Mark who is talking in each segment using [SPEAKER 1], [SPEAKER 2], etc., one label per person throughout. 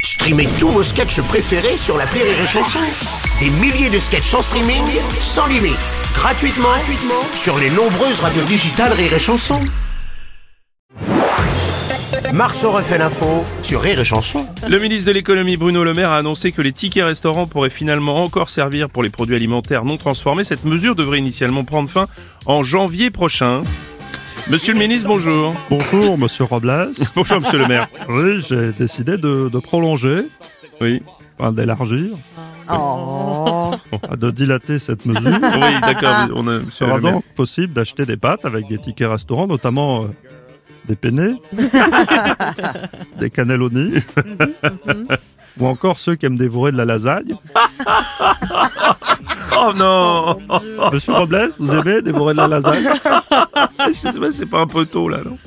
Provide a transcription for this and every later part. [SPEAKER 1] Streamez tous vos sketchs préférés sur la Rire et Chanson. Des milliers de sketchs en streaming, sans limite, gratuitement, gratuitement sur les nombreuses radios digitales Rire et Chanson. Marceau refait l'info sur Rire et Chanson.
[SPEAKER 2] Le ministre de l'économie Bruno Le Maire a annoncé que les tickets restaurants pourraient finalement encore servir pour les produits alimentaires non transformés. Cette mesure devrait initialement prendre fin en janvier prochain. Monsieur le ministre, bonjour.
[SPEAKER 3] Bonjour, monsieur Robles.
[SPEAKER 2] Bonjour, monsieur le maire.
[SPEAKER 3] Oui, j'ai décidé de, de prolonger,
[SPEAKER 2] Oui.
[SPEAKER 3] enfin d'élargir, Ah, de dilater cette mesure. Il
[SPEAKER 2] Oui, d'accord. On a, monsieur
[SPEAKER 3] sera
[SPEAKER 2] le maire.
[SPEAKER 3] donc possible d'acheter des pâtes avec des tickets restaurants, notamment euh, des penne, des cannelloni, ou encore ceux qui aiment dévorer de la lasagne.
[SPEAKER 2] Oh non
[SPEAKER 3] Monsieur Robles, vous aimez dévorer de la lasagne
[SPEAKER 2] Je sais pas, c'est pas un peu tôt, là, non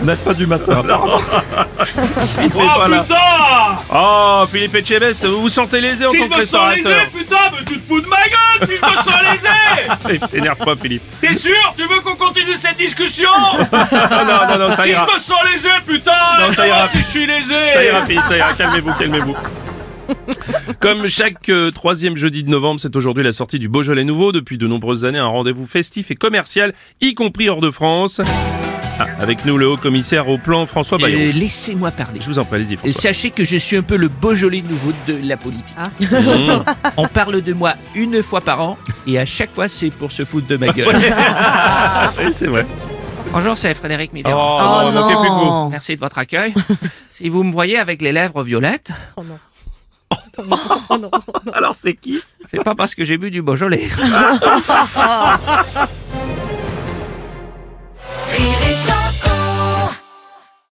[SPEAKER 3] Vous n'êtes pas du matin.
[SPEAKER 2] Il fait
[SPEAKER 4] Oh
[SPEAKER 2] pas là.
[SPEAKER 4] putain
[SPEAKER 2] Oh, Philippe Etchebest, vous vous sentez lésé en
[SPEAKER 4] Si je
[SPEAKER 2] tant que
[SPEAKER 4] me sens lésé,
[SPEAKER 2] restaurateur
[SPEAKER 4] putain, mais tu te fous de ma gueule si je me sens lésé
[SPEAKER 2] Eh, T'énerve pas, Philippe.
[SPEAKER 4] T'es sûr Tu veux qu'on continue cette discussion
[SPEAKER 2] Ah non, non, non, ça
[SPEAKER 4] Si
[SPEAKER 2] ira.
[SPEAKER 4] je me sens lésé, putain
[SPEAKER 2] Non, ça
[SPEAKER 4] et
[SPEAKER 2] ira.
[SPEAKER 4] Si je suis lésé
[SPEAKER 2] Ça ira, Philippe, ça ira. Calmez-vous, calmez-vous. Comme chaque euh, troisième jeudi de novembre, c'est aujourd'hui la sortie du Beaujolais Nouveau. Depuis de nombreuses années, un rendez-vous festif et commercial, y compris hors de France. Ah, avec nous, le haut commissaire au plan, François Bayon.
[SPEAKER 5] Euh, Laissez-moi parler.
[SPEAKER 2] Je vous en prie, allez-y,
[SPEAKER 5] Euh,
[SPEAKER 2] François.
[SPEAKER 5] Sachez que je suis un peu le Beaujolais nouveau de la politique.
[SPEAKER 2] Mmh.
[SPEAKER 5] On parle de moi une fois par an et à chaque fois c'est pour se foutre de ma gueule.
[SPEAKER 2] Oui, c'est vrai.
[SPEAKER 5] Bonjour, c'est Frédéric
[SPEAKER 2] Oh,
[SPEAKER 5] Mitterrand.
[SPEAKER 2] non, manquez plus que vous.
[SPEAKER 5] Merci de votre accueil. Si vous me voyez avec les lèvres violettes,
[SPEAKER 2] Alors, c'est qui
[SPEAKER 5] c'est pas parce que j'ai bu du Beaujolais.